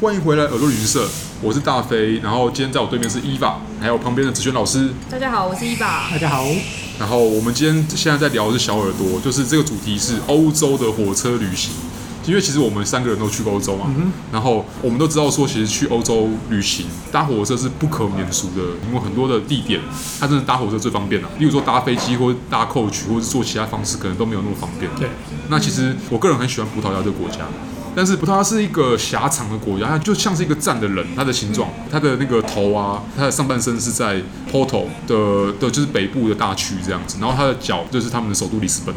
欢迎回来耳朵旅行社，我是大飞，然后今天在我对面是伊娃，还有旁边的子轩老师。大家好，我是伊爸。大家好，然后我们今天现在在聊的是小耳朵，就是这个主题是欧洲的火车旅行。因为其实我们三个人都去过欧洲嘛，然后我们都知道说，其实去欧洲旅行搭火车是不可免俗的，因为很多的地点它真的搭火车最方便了、例如说搭飞机或搭 coach 或者坐其他方式，可能都没有那么方便。对，那其实我个人很喜欢葡萄牙这个国家。但是葡萄牙是一个狭长的国家，它就像是一个站的人，它的形状，它的那个头啊，它的上半身是在 Porto 的的，就是北部的大区这样子，然后它的脚就是他们的首都里斯本。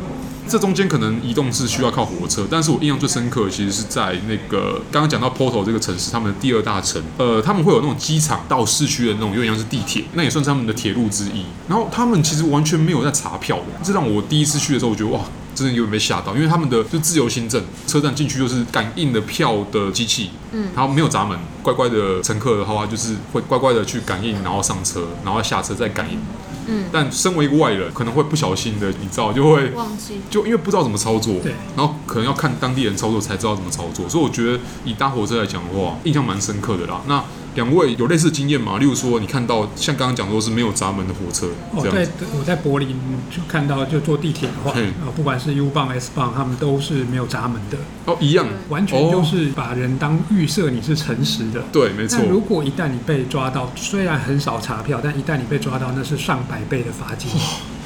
这中间可能移动是需要靠火车，但是我印象最深刻的其实是在那个刚刚讲到 Porto 这个城市，他们的第二大城，呃，他们会有那种机场到市区的那种，有点像是地铁，那也算是他们的铁路之一。然后他们其实完全没有在查票的，这让我第一次去的时候，我觉得哇，真的有点被吓到，因为他们的就自由行政，车站进去就是感应的票的机器，嗯，然后没有闸门，乖乖的乘客的话就是会乖乖的去感应，然后上车，然后下车再感应，嗯，但身为一个外人，可能会不小心的，你知道就会忘记就因为不知道怎么操作，对，然后可能要看当地人操作才知道怎么操作，所以我觉得以搭火车来讲的话，印象蛮深刻的啦。那两位有类似的经验吗？例如说，你看到像刚刚讲说是没有闸门的火车我这样哦在子，我在柏林就看到，就坐地铁的话，嗯呃，不管是 U 棒、S 棒，他们都是没有闸门的，哦，一样，完全哦就是把人当预设你是诚实的。对，没错但，如果一旦你被抓到，虽然很少查票，但一旦你被抓到，那是上百倍的罚金。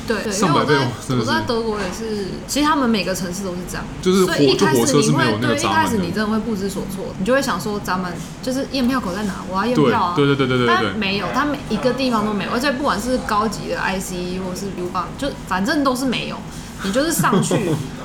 对，对，因上为百我倍在哦真的我是在德国也是，其实他们每个城市都是这样，就是所火以一就开火始车是你没有会那个对，一闸开始门你的，真的会不知所措，你就会想说咱们就是验票口在哪，我要验对票啊，对对对对对对但没有，它每一个地方都没有，而且不管是高级的 IC 或是 U 棒，就反正都是没有。你就是 上去，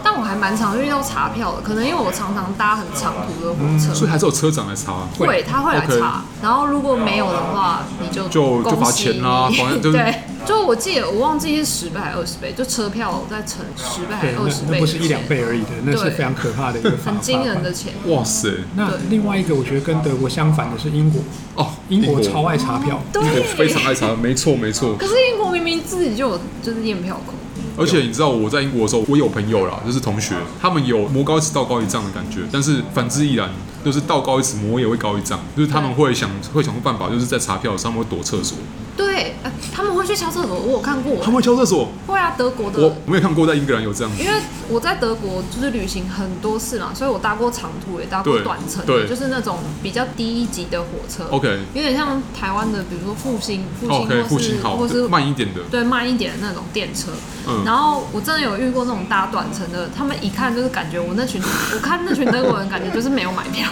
但我还蛮常遇到查票的，可能因为我常常搭很长途的火车，嗯所以还是有车长来查，啊会，他会来 OK 查。然后如果没有的话，你就就就恭罚喜钱啦你 罚就是对，就我记得我忘记是十倍还是二十倍，就车票在乘十倍还对，是那二十倍，那不是一两，倍而已的，那是对非常可怕的一个罚很惊人。罚的款钱。哇塞，那另外一个，我觉得跟德国相反的是英国，哦，英国超爱查票。对英国非常爱查，没错没错。可是英国明明自己就有就是验票口，而且你知道我在英国的时候，我有朋友啦，就是同学，他们有魔高一尺道高一丈的感觉，但是反之亦然，就是道高一尺魔也会高一丈，就是他们会想会想出办法，就是在查票的时候他们会躲厕所，对，呃他们会去敲厕所，我有看过他，们会敲厕所，会啊，德国我的。没有看过在英格兰有这样子因，为我在德国就是旅行很多次嘛，所以我搭过长途也搭过对短程，对就是那种比较低级的火车 OK 有点像台湾的，比如说复兴、复兴哦，可以或复是兴号或是慢一点的，对慢一点的那种电车。嗯然后我真的有遇过那种搭短程的，他们一看就是感觉我那群， 我看那群德国人感觉就是没有买票。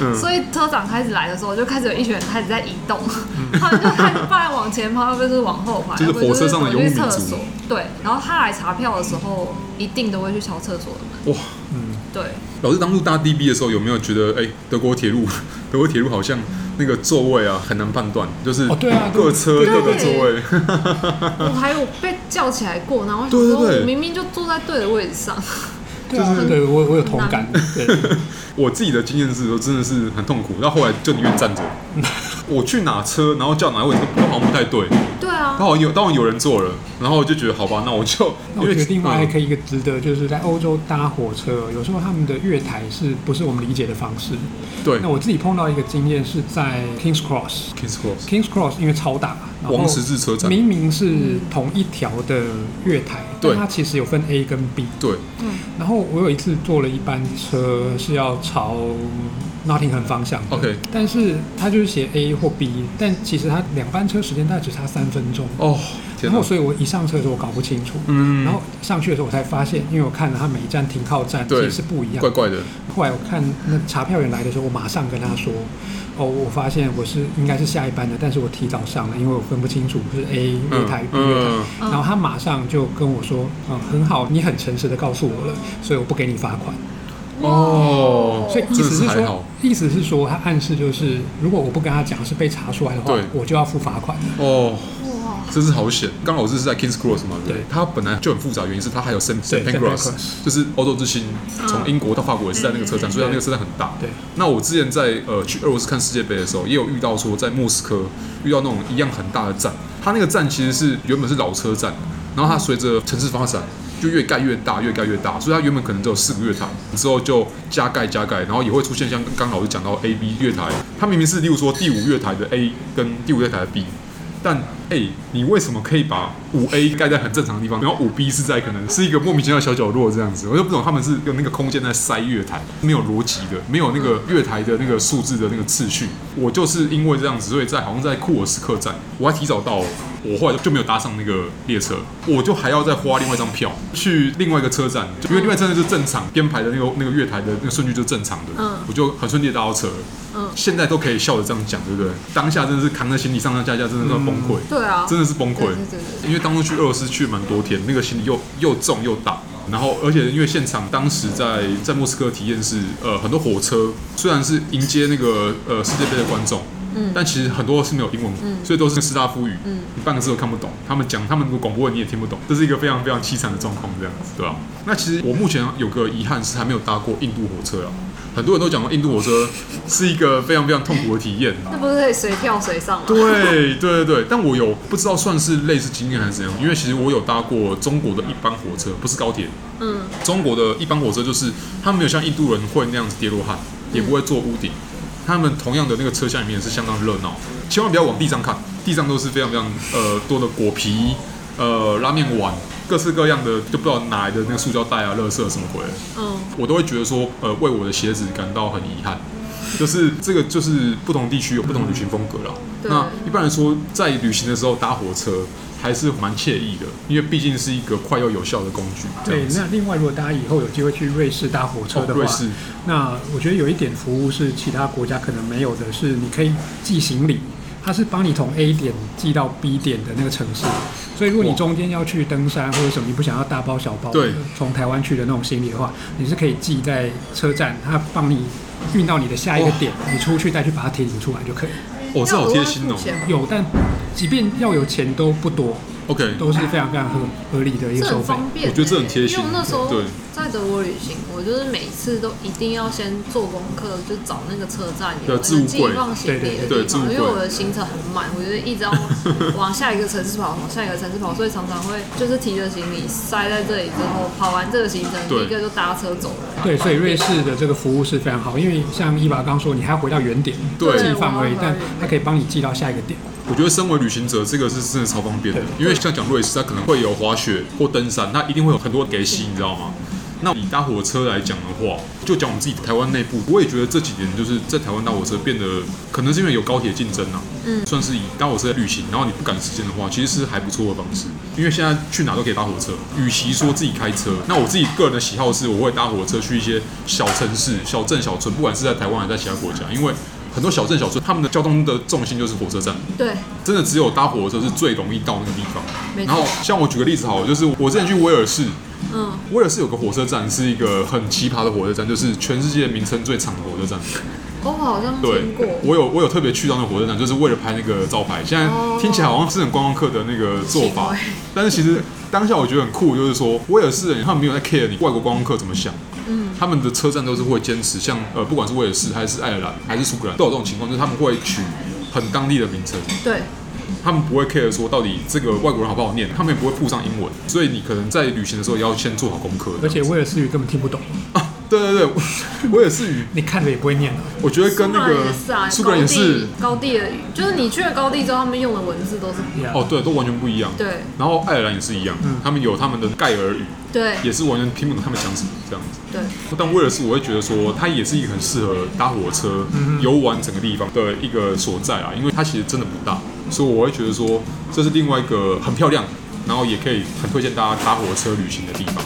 嗯所以车长开始来的时候，就开始有一群人开始在移动，他们就开始不然往前跑，要不就是往后跑，嗯就是要不火车上的游牧就民是族走去厕所。对，然后他来查票的时候，一定都会去敲厕所的门。哇， 对，老师当初搭 DB 的时候有没有觉得，哎、德国铁路， 德国铁路好像那个座位啊很难判断，就是哦对啊各车对各个座位，我还有被叫起来过，然后我想对对说对我明明就坐在对的位置上。 对啊，对我我有同感。对，我自己的经验是说，真的是很痛苦，到后来就宁愿站 着。我去哪车，然后叫哪位置，都好像不太对，对啊刚，好像有，当然有人坐了，然后我就觉得好吧，那我就 那我觉得另外还可以，以一个值得，就是在欧洲搭火车，有时候他们的月台是不是我们理解的方式？嗯对那我自己碰到一个经验是在 Kings Cross。 ，Kings Cross， Kings Cross 因为超大，然后王十字车站明明是同一条的月台，对但它其实有分 A 跟 B。对，然后我有一次坐了一班车是要朝 Nottingham 方向的 OK 但是它就是写 A 或 B，但其实它两班车时间大概只差三分钟。哦，天然哪后，，所以我一上车的时候我搞不清楚，嗯然后上去的时候我才发现，因为我看了它每一站停靠站其对实是不一样怪的。怪的，后来我看那查票员来的时候，我马上跟他说，哦，我发现我是应该是下一班的，但是我提早上了，因为我分不清楚是 A 嗯月台 B 嗯月台。嗯然后他马上就跟我说，嗯，很好，你很诚实的告诉我了，所以我不给你罚款。哦所以意真的思是是还好说，意思是说，他暗示就是，如果我不跟他讲是被查出来的话对，我就要付罚款。哦，哇，真是好险！刚老师是在 Kings Cross 嘛，对不对对，它本来就很复杂，原因是它还有 St. 对 St. Pancras， St. Pancras 嗯就是欧洲之星，从英国到法国也是在那个车站，所以它那个车站很大。对，那我之前在呃去俄罗斯看世界杯的时候，也有遇到说在莫斯科遇到那种一样很大的站，它那个站其实是原本是老车站，然后它随着城市发展就越盖越大，越盖越大，所以它原本可能只有四个月台，之后就加盖加盖，然后也会出现像刚刚老师讲到 A、B 月台，它明明是例如说第五月台的 A 跟第五月台的 B。但哎、你为什么可以把五 A 盖在很正常的地方，然后五 B 是在可能是一个莫名其妙的小角落这样子？我就不懂他们是用那个空间在塞月台，没有逻辑的，没有那个月台的那个数字的那个次序。我就是因为这样子，所以在好像在库尔斯克站，我还提早到了。哦我后来就没有搭上那个列车，我就还要再花另外一张票去另外一个车站，因为另外一个车站就正常编排的那个那个月台的那个顺序就正常的，嗯我就很顺利地搭到车了。嗯现在都可以笑着这样讲，对不对？当下真的是扛着行李上上下下，真的是要崩溃。对啊，真的是崩溃对对对对。因为当初去俄罗斯去蛮多天，那个行李又又重又大，然后而且因为现场当时在在莫斯科体验是呃很多火车虽然是迎接那个呃世界杯的观众。嗯但其实很多是没有英文，所以都是斯拉夫语，你半个字都看不懂。他们讲他们的广播你也听不懂，这是一个非常非常凄惨的状况，这样子，对吧、那其实我目前有个遗憾是还没有搭过印度火车啊。很多人都讲过印度火车是一个非常非常痛苦的体验，那不是可以随跳随上 吗？对对对对，但我有不知道算是类似经验还是怎样，因为其实我有搭过中国的一般火车，不是高铁。嗯，中国的一般火车就是他们没有像印度人会那样子跌落汉，也不会坐屋顶。他们同样的那个车厢里面也是相当热闹，千万不要往地上看，地上都是非常非常呃多的果皮、呃拉面碗，各式各样的就不知道哪来的那个塑胶袋啊、垃圾什么鬼的。嗯，我都会觉得说，呃，为我的鞋子感到很遗憾。就是这个，就是不同地区有不同旅行风格啦。对那一般来说，在旅行的时候搭火车还是蛮惬意的，因为毕竟是一个快又有效的工具。这对样，子那另外如果大家以后有机会去瑞士搭火车哦的话，瑞士，那我觉得有一点服务是其他国家可能没有的，是你可以寄行李，它是帮你从 A 点寄到 B 点的那个城市。所以如果你哇中间要去登山或者什么，你不想要大包小包对从台湾去的那种行李的话，你是可以寄在车站，它帮你运到你的下一个哇点，你出去再去把它提领出来就可以。哦，这好贴心那哦我。要付钱吗有，但即便要有钱都不多， OK，都是非常非常合合理的一个这收很费。方便欸、我觉得这很贴心因为我那时候对在德国旅行，我就是每次都一定要先做功课，就找那个车站有对啊置物能柜寄放行李的对对对地置物方，柜因为我的行程很满，我就是一直要往下一个城市跑，往下一个城市跑，所以常常会就是提着行李塞在这里之后，跑完这个行程，对立刻就搭车走了。对，所以瑞士的这个服务是非常好，因为像伊娃刚说，你还要回到原点对寄放而已对，但它可以帮你寄到下一个点。我觉得身为旅行者，这个是真的超方便的，因为像讲瑞士，它可能会有滑雪或登山，它一定会有很多给息，你知道吗？那以搭火车来讲的话，就讲我们自己台湾内部，我也觉得这几年就是在台湾搭火车变得，可能是因为有高铁竞争啊，嗯，算是以搭火车旅行，然后你不赶时间的话，其实是还不错的方式。因为现在去哪都可以搭火车，与其说自己开车，那我自己个人的喜好是，我会搭火车去一些小城市、小镇、小村，不管是在台湾还是在其他国家，因为很多小镇、小村他们的交通的重心就是火车站。对，真的只有搭火车是最容易到那个地方没。错然后像我举个例子好了，就是我之前去威尔士，嗯，威尔士有个火车站是一个很奇葩的火车站，就是全世界名称最长的火车站。我好像对听过，，我有我有特别去到那个火车站，就是为了拍那个招牌。现在哦听起来好像是很观光客的那个做行法为，但是其实当下我觉得很酷，就是说威尔士人他们没有在 care 你外国观光客怎么想。嗯他们的车站都是会坚持，像呃，不管是威尔士还是爱尔兰还是苏格兰，都有这种情况，就是他们会取很当地的名称。对，他们不会 care 说到底这个外国人好不好念，他们也不会附上英文，所以你可能在旅行的时候也要先做好功课。而且威尔士语根本听不懂，啊，对对对，我 也是语，你看了也不会念啊。我觉得跟那个苏苏格格兰兰也也是啊是，高地高地的语，就是你去了高地之后，他们用的文字都是不一样。哦，对，都完全不一样。对然后爱尔兰也是一样，嗯他们有他们的盖尔语，对也是完全听不懂他们讲什么这样子。对，但威尔士，我会觉得说，它也是一个很适合搭火车、游玩整个地方的一个所在啊，因为它其实真的不大，所以我会觉得说，这是另外一个很漂亮，然后也可以很推荐大家搭火车旅行的地方。